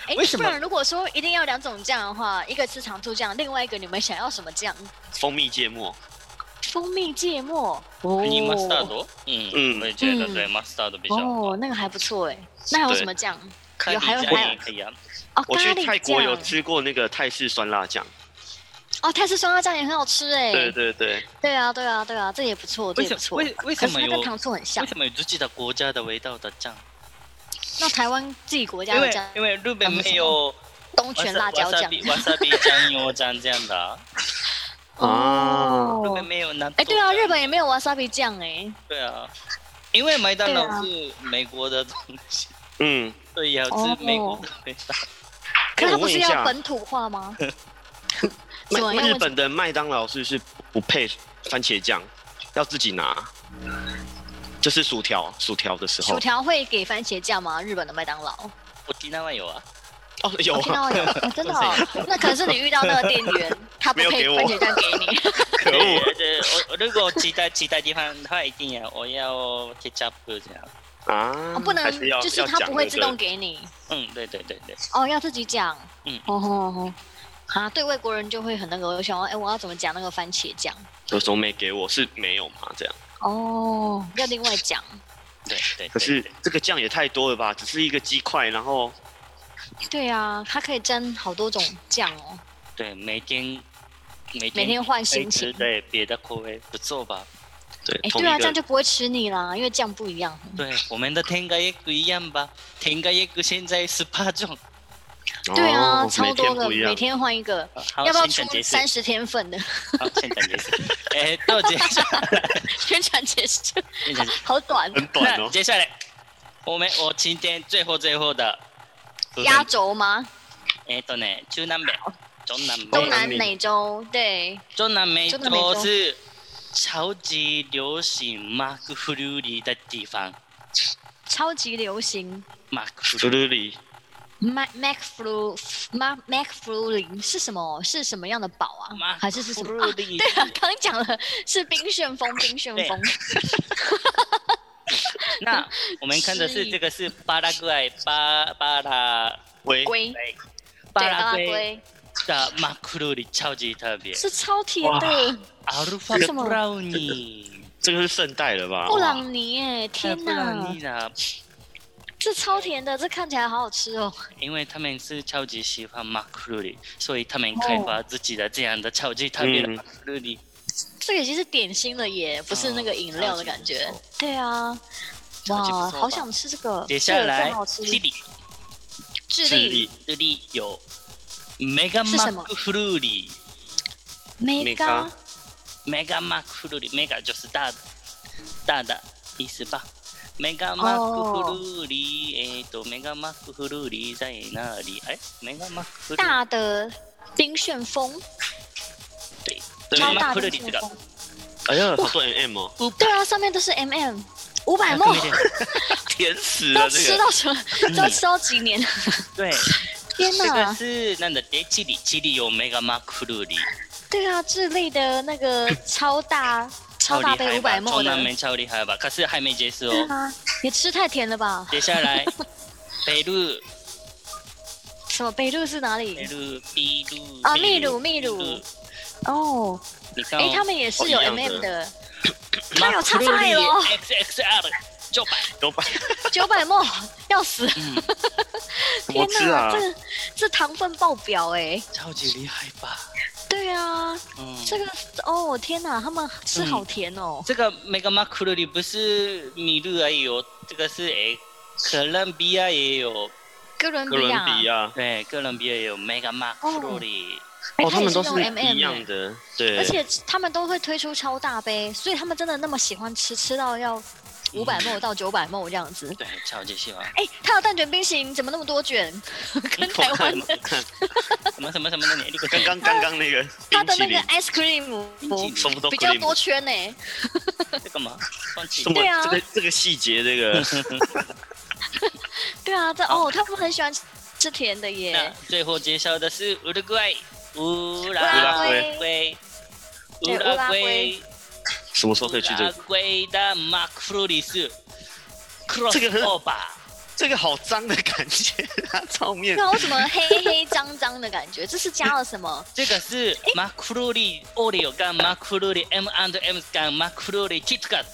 哎，为什么不然如果说一定要两种酱的话，一个吃糖醋酱，另外一个你们想要什么酱？蜂蜜芥末。蜂蜜芥末哦你マスタード？嗯，嗯我也觉得嗯对，マスタード比较好哦，。那个还不错哎。那还有什么酱？咖喱还有酱还有也可以啊。哦，我咖去喱泰国有酱吃过那个泰式酸辣酱。哦，泰式酸辣酱也很好吃哎。对对对，对啊，对啊，对啊，这也不错，这为也什不错。么？为为可什是么它有跟？糖醋很像为。什么有自己的国家的味道的酱？那台湾自己国家因的为酱，因为日本没有东泉辣椒酱。わさび 酱油酱这样的啊，啊日本没有那。哦哎，对啊，日本也没有 wasabi 酱哎。对啊，因为麦当劳是美国的东西，嗯，所以要哦吃美国的味道。 可哎它我不问是一要下，本土化吗？什么麦要日问本的麦当劳是不是不配番茄酱，要自己拿？就是薯条，薯条的时候薯。条会给番茄酱吗？日本的麦当劳？我听到有啊，哦，有我听啊，到 有，哦真的哦。那可能是你遇到那个店员，他不没有配给我番茄酱给你。可恶。 对，对我我如果其他其他地方的话，一定要我要 ketchup 这样。啊哦，不能还是要就是要它讲不会那自个动给你嗯，对对对对，哦，要自己讲。嗯哦吼哦吼。啊，对外国人就会很那个，我想说，哎，我要怎么讲那个番茄酱？有时候没给我是没有嘛，这样。哦，要另外讲。对对。可是对这个酱也太多了吧？只是一个鸡块，然后对啊，它可以沾好多种酱哦，嗯对每天每天每天换可以心吃情。对别的口味不错吧？对哎，，同对啊，一这样个就不会吃你啦，因为酱不一样。对，我们的天咖椰不一样吧？天咖椰现在十八种，对啊，哦超每多天的，不一样每。天换一个。啊 好，要不要出先讲解释，三十天份的 好，先讲 解释。哎，到接 下来，宣传结束？先讲解释好短哦，嗯很短那哦，接下来，我们我今天最后最后的部分压轴吗？えっ、とね、中南米、中南米、中南美洲对，中南美中南美洲洲是超级流行マクフルーリ的地方。超级流行。マクフ弗ルー鲁里 Mac Mac flu Mac Mac flu 零是什么？是什么样的宝啊リ、？マ还ク是是什フ么？ル啊 ーリ对啊，刚讲了是冰旋风，冰旋风。那我们看的是是这个是巴拉圭、巴巴拉喂，圭、龟，对，巴巴拉拉圭圭的マクフルーリ超级特别。是超甜的アルファブラウニ这个是圣代了吧？哦布朗尼ー、哎，天布朗哪尼，呢？这超甜的，这看起来好好吃哦。因为他们是超级喜欢马库里，所以他们开发自己的这样的超级特别的嗯马库里。这个已经是点心了耶，不是那个饮料的感嗯觉。对啊，哦超级不哇，错吧好想吃这个，接下这个来真好吃。智利，智智利利智利有 mega 是什么 mac 库里梅干 Mega ，mega mac 库里，mega 就是大的，大的意思吧。mega mac 库里，えっと mega mac 库里在哪里？哎，mega mac 库里，大的冰旋风，对，对超 mega 大 mac 库的里冰这旋个风。哎呀，好多 MM 哦，五百对啊，上面都是 MM，五百梦克米的，甜死要了吃这个。到什么？要吃到几年？对，天这个哪！是なんだっけ？智利，智利有 mega mac 库里。对啊，智利的那个超大超大杯五百超梦南的，门超厉害吧？可是还没结束对哦。啊，也吃太甜了吧？接下来，北路、什么北路是哪北里？路、秘路啊秘鲁秘鲁，哦，你看哎，哦，他们也是有哦一样的 MM 的，马他有库差鲁菜里咯 XXR 九百，都 把九百梦要 死！怎么天吃啊这？个这糖分爆表哎！超级厉害吧？对啊，嗯，这个哦天哪，他们吃好甜哦！这个 mega 马库鲁里不是米露而已哦，这个是哎，哥伦比亚也有，哥伦哥伦比亚，比亚对，哥伦比亚也有 mega 马库鲁里，哎哦，它他也们都是是用 MM 一哎样的，对，而且他们都会推出超大杯，所以他们真的那么喜欢吃，吃到要五百沫到九百沫这样子。对，超级喜欢。哎、他有蛋卷冰淇淋，怎么那么多卷？跟台我看湾的我 看什么什么什么的，你个刚刚刚刚那个他冰的淇那个淋 ice cream 冰什么都比较 cream 多圈呢、这干嘛？放弃这。么对啊这个这个细节，这个对啊，这哦，他们很喜欢吃甜的那耶。最后介绍的是乌拉圭，乌拉拉圭圭，对乌乌拉拉圭圭，什么时候乌可以去这拉个？圭的马库鲁里斯这个很，crossover，这个好脏的感觉，它照面啊那为什么黑黑脏脏的感觉？这是加了什 么？这个是马库鲁里 Oreo 跟马库鲁里 M and M 跟马库鲁里 KitKat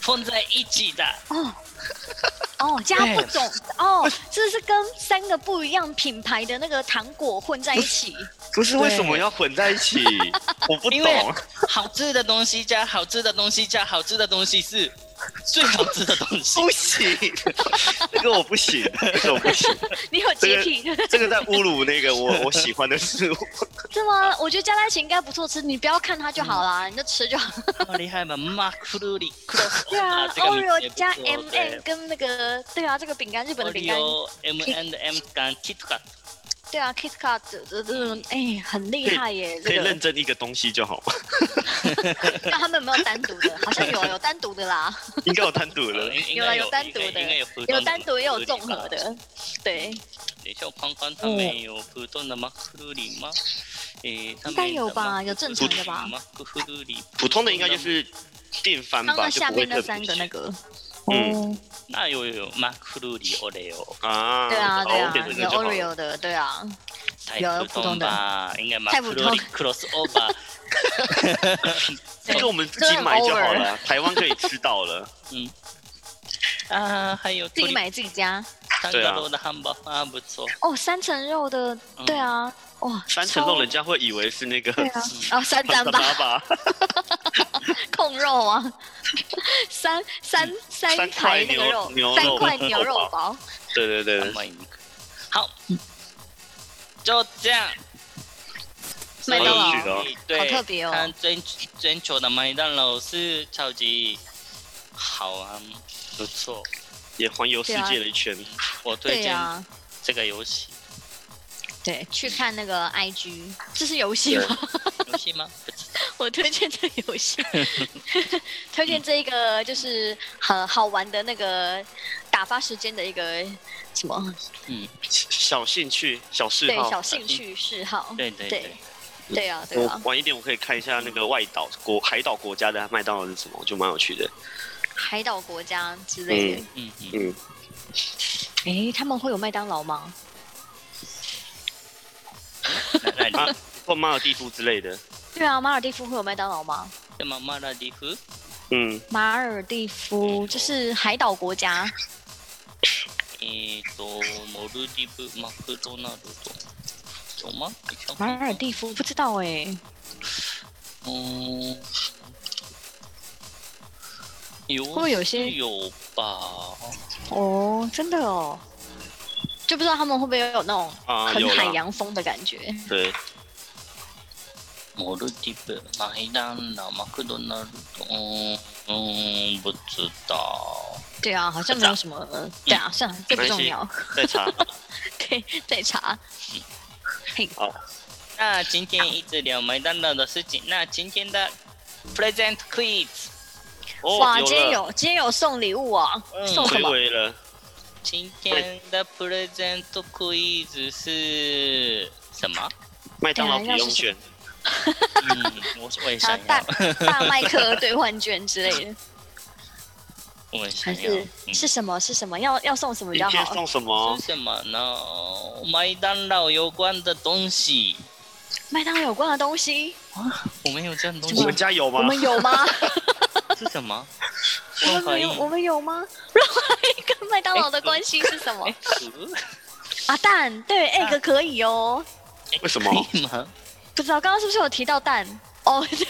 放在一起的，哦哦，加不种哦，这是跟三个不一样品牌的那个糖果混在一 起。不是为什么要混在一 起？我不因为懂。好吃的东西加好吃的东西加好吃的东西是最好吃的东西。不行，这个我不行，这个我不行，你有洁癖，对不对？这个在侮辱那 个我我喜欢的事物。是吗？我觉得加在一起应该不错吃，你不要看它就好啦，你就吃就好。好厉害吧？马库鲁里对 crossover，啊这个名字，Oreo 也不错加 M M 对跟那个对啊，这个饼干日本的饼干， Oreo M and M 跟 KitKat，对啊，Kit Kat 这这这哎很厉害耶，可以这个认。真一个东西就好吗？ 那他们有没有单独的？好像有有单独的啦，应该有单独的，应有该啦有有单独应该的应该有普通有单独也有综马克合鲁里吧。的，对，等一下我看看他们有普通的马克鲁里吗？诶，他们应该有吧马克鲁里有正常的吧马克鲁里普通的应该就是。定番刚吧，刚就下不会面特那三别个那去。个，嗯哦，那有有有マクルリオレオ，啊，对啊，对啊， OK，这个有就好了 Oreo 的，对啊，太普有普通通的吧？应该マ太ク普ルリ通 cross over。这个我们自己买就好这很了，台湾可以吃到了。啊，还有自ト己リ买自己加。タン对ガ啊ロー的汉堡啊，不错。哦，三层肉的，嗯对啊，哇，三层肉超人家会以为是那个对 啊，哦，三张吧，爸爸 控肉 啊，三三三嗯三排块那个牛肉牛，三肉 块牛肉堡包，对对对，甘い肉好，就这样。麦当劳所以对，好特别哦他追追求的麦当劳是超级好啊，不错。也环游世啊界了一圈。我推对荐啊，这个游戏，对，去看那个 IG，这是游戏吗？游戏吗？不知道 我推荐这个游 戏， 推荐这一个就是很好玩的那个打发时间的一个什么小兴趣、小嗜对好。嗯小兴趣嗜好，对对对对对啊对我啊，晚一点我可以看一下那个外岛国海岛国家的麦当劳是什么，就蛮有趣的。海岛国家之类的，嗯嗯，嗯，诶，他们会有麦当劳吗？那那里啊或马尔地夫之类的。对啊，马尔蒂夫会有麦当劳吗？でもマラディフ嗯，马尔蒂夫就是海岛国家，えっとモルディブマクドナルド，有吗？马尔蒂夫不知道哎、嗯，有不会有些有吧？哦，真的哦，就不知道他们会不会有那种啊，很有海啦。洋风的感觉。对，モルディブ、マイランダ、マクドナルド、うーん、不知道。对啊，好像没有什么，呃对啊，算了，这不没重关系要，再查。对，再查。嘿，那今天一直聊麦当劳的事情。那今天的 present quiz，哇，哦，今天有了，有今天有送礼物啊，嗯送什回么？味了。今天的 present quiz 是什么？麦当劳对不啊要用是什选，嗯，我我也啊想，大要，大麦克兑换券之类 的，我也想还要。是嗯是什么？是什么？要要送什么比明较天好？送什么是？什么呢？麦当劳有关的东西，麦当劳有关的东西，我们有这样东什西么我吗们家有我吗？们有 吗？是什么？我润们滑没液有，我们有吗？ 润滑液跟麦当劳的关系是什么哎，可啊？蛋，对，egg 可以哦。为什么？以吗？不知道刚刚是不是有提到蛋？哦， 对，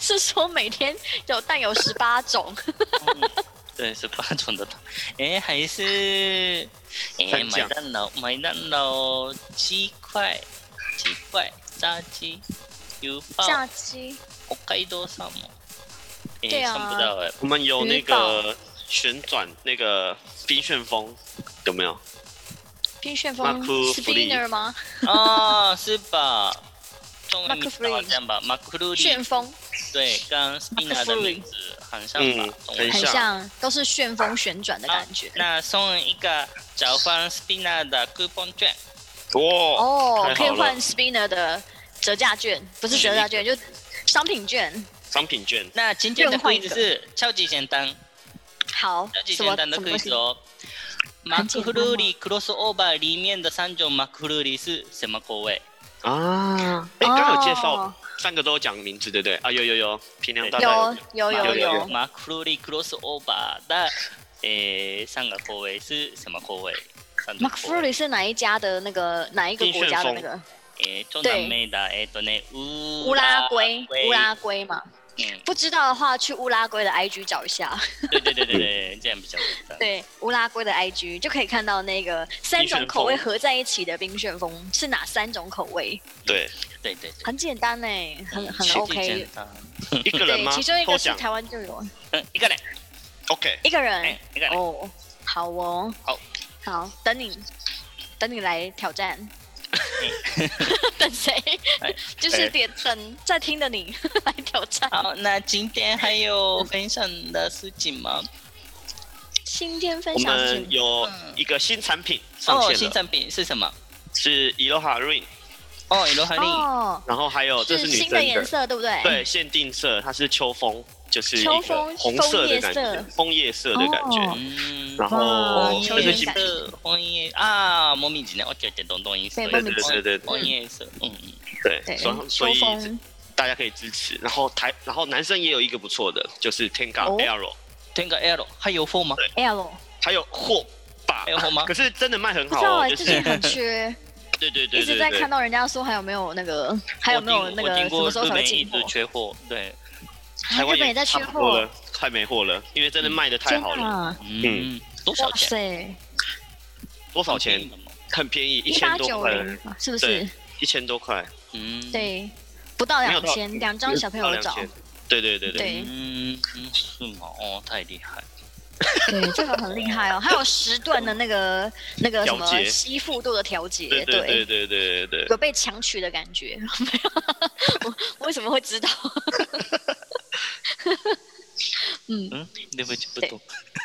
是说每天有蛋有十八种。对，是八种的糖。哎，还是哎蘸麦酱当劳，麦当劳鸡块，鸡块炸鸡，油爆，炸鸡，北海道萨摩。哎，对啊看不到哎，我们有那鱼堡个旋转那个冰旋风，有没有？冰旋马风克弗里，spinner 吗？哦，是吧？中文 Mac 名字好像吧，马克鲁里旋风对，跟 Spina 的 Mac 名字很像吧嗯？中，文很很像。像，都是旋风旋转的感啊觉。那送一个交换 Spina 的 coupon 券，哇，哦太，可以好了换 spinner 的折价券，不是折价券，就商品券。商品券。那今天的任换一 quiz 个是超级简单。好超，级什简么什单的么 quiz 哦。马克フルーリークロスオーバー里面的三种马克フルーリー是什么口味？啊，哎，刚刚有介哦绍三个都有讲名字，对不对？啊，有有有，平凉大西道有有有有有有，马克フルーリークロスオーバー的诶三个口味是什么口味？三种 Mark f 口 r o 味。 y 是哪一家的那个哪一个国家的那个？诶，中南美的诶，とね乌乌拉圭，乌拉圭。圭嘛。嗯，不知道的话，去乌拉圭的 IG 找一 下，对对对对对，这样比较简单。对，乌拉圭的 IG 就可以看到那个三种口味冰旋合在一起的冰旋风是哪三种口味， 对，对对对，很简单呢、嗯很很超级 OK 简。单。一个人对，吗其中一？抽个是奖台湾就有嗯，一个人， ，OK，一个人哎，一个人。哦，好哦，好，好，等你，等你来挑 战。等谁哎？就是哎点等在听的你 来挑战。好，那今天还有分享的事情吗？今天分我享是们有嗯一个新产品上哦，线新了，产品是什么？是 Eloha Ring，哦，伊罗哈什利。么哦，然后还有这是女新生的颜色，对不对？对，限定色，它是秋风，就是一秋个风红色的感枫叶觉，枫叶色的感觉。哦嗯，然哇后蚯就蚓是感色婚姻啊，もみじね，OK OK，懂懂意思。对对对对对婚姻色，嗯，对，对所以所秋以风大家可以支持。然后台，然后男生也有一个不错的，就是天港哦 Arrow，天がエロ，还有 four 吗？ L，还有霍吧还，有 four 吗可？是真的卖很不知道好哎、哦，就最是近很 缺，对对对一直对在看对，到人家说还有没有那个，还有没有那我个听什过么时候日才会本一进货啊直？缺货，对，台湾日本也在缺差不多货，了，快没货了，因为真的卖的太天好了。哪！嗯，多少哇钱？塞，多少钱？很便宜，一一千八多九块，零是不是对？一千多块，嗯，，对，不到没有两到千，两张小朋友的照2000。对对对对，对嗯，嗯是吗？哦，太厉害。对，这个很厉害哦，还有时段的那个那个什么调节吸附度的调节，对对对对对对 有对，被强取的感觉。 我我为什么会知道？嗯，嗯，对不起，不懂。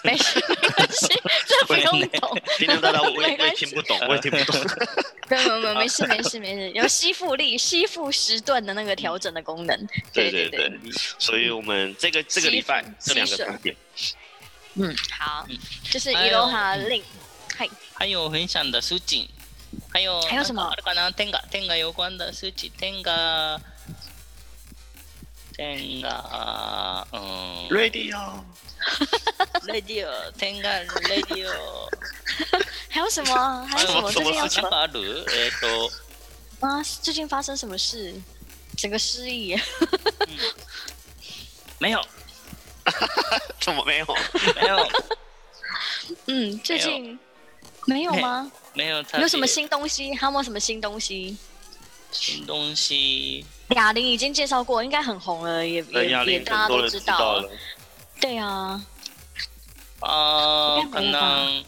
没事没关系，这不用懂。平常大家我我没也我也关系听不懂，我也听不懂。 没有没有没事没事没事，有吸附力、 吸附时段的那个调整的功能。对对对对，所以我们这个这个礼拜吸这两个吸水产品，嗯，好，就是还有 e l o h a 嗯 Link，嗨，还有分享的数据，还有还有什么なんかあるかな？天が天が有关的数据，天が天が嗯 Radio radio 天が radio 还有什么？啊还有什么？什最么近有什なん么かある？えっと啊？最近发生什么事？整个失忆。 没有怎么没有？没有嗯，最没有近没有没吗？没有特别有什么新东西？还有没有什么新东西？新东西？哑铃已经介绍过，应该很红了，也人也家也令大家很多都人知知道道了。对啊，啊应，该可没有吧能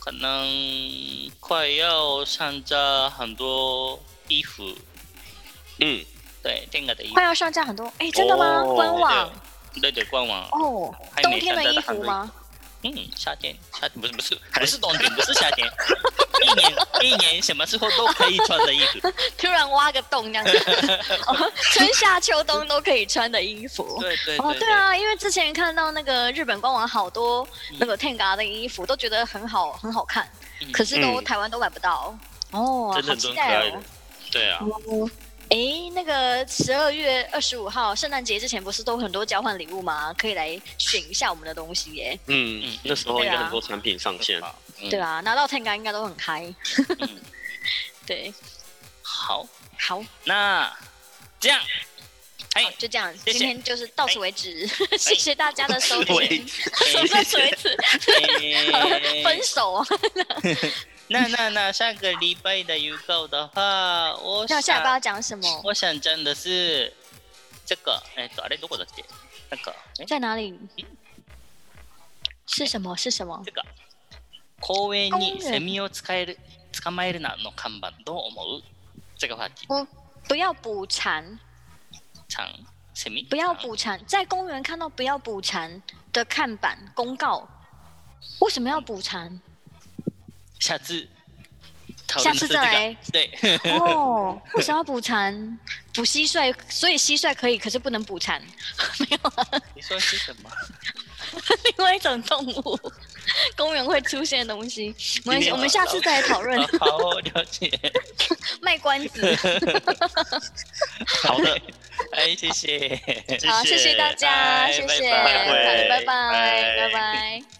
可能快要上架很多衣服，嗯，对，天个的衣服快，要上架很多。哎，真的吗？哦官对网对对对，官网，哦，还冬没天上的架衣的很服多吗？衣服？嗯，夏天，夏天不是不是不是冬天，不是夏天，一年一年什么时候都可以穿的衣服，突然挖个洞 这样子，哦春夏秋冬都可以穿的衣服。对对哦，对对啊，因为之前看到那个日本官网好多嗯那个 Tenga 的衣服，都觉得很好，很好看，嗯可是都嗯台湾都买不到。哦，真好的期真可待爱哦的。。对啊，诶，那个十二月二十五号圣诞节之前不是都有很多交换礼物吗？可以来选一下我们的东西耶，嗯嗯，那时候应对该啊很多产品上线。好嗯对啊，拿到 Tenga 应该都很嗨。嗯 对，好，好，那这 样，哎好，就这样，谢哎今天就是到此为止，谢谢大家的收喂听。到此为止，哎 分手啊！那那那下个礼拜的预告的话，我那想下一班要讲什么？我想讲的是这个，哎，あれどこだっけ？那个，哎，在哪里？是什么？是什么？这个公園に公園セミを使える捕まえるなの看板どう思う？这个话题，不，不要捕蝉，长セミ不要捕蝉，在公园看到不要捕蝉的看板公告，为什么要捕蝉？下次讨下论次是再来这个，对，哦，为什么要捕蝉？捕蟋蟀，所以蟋蟀可以，可是不能捕蝉。没有啊，你说是什么？ 另外一种动物，公园会出现的东西。没关今系，天我们下次再来讨论好了解，卖关子。好的，哎，谢谢。好，谢谢大家，拜谢谢，拜好的拜拜，拜拜拜。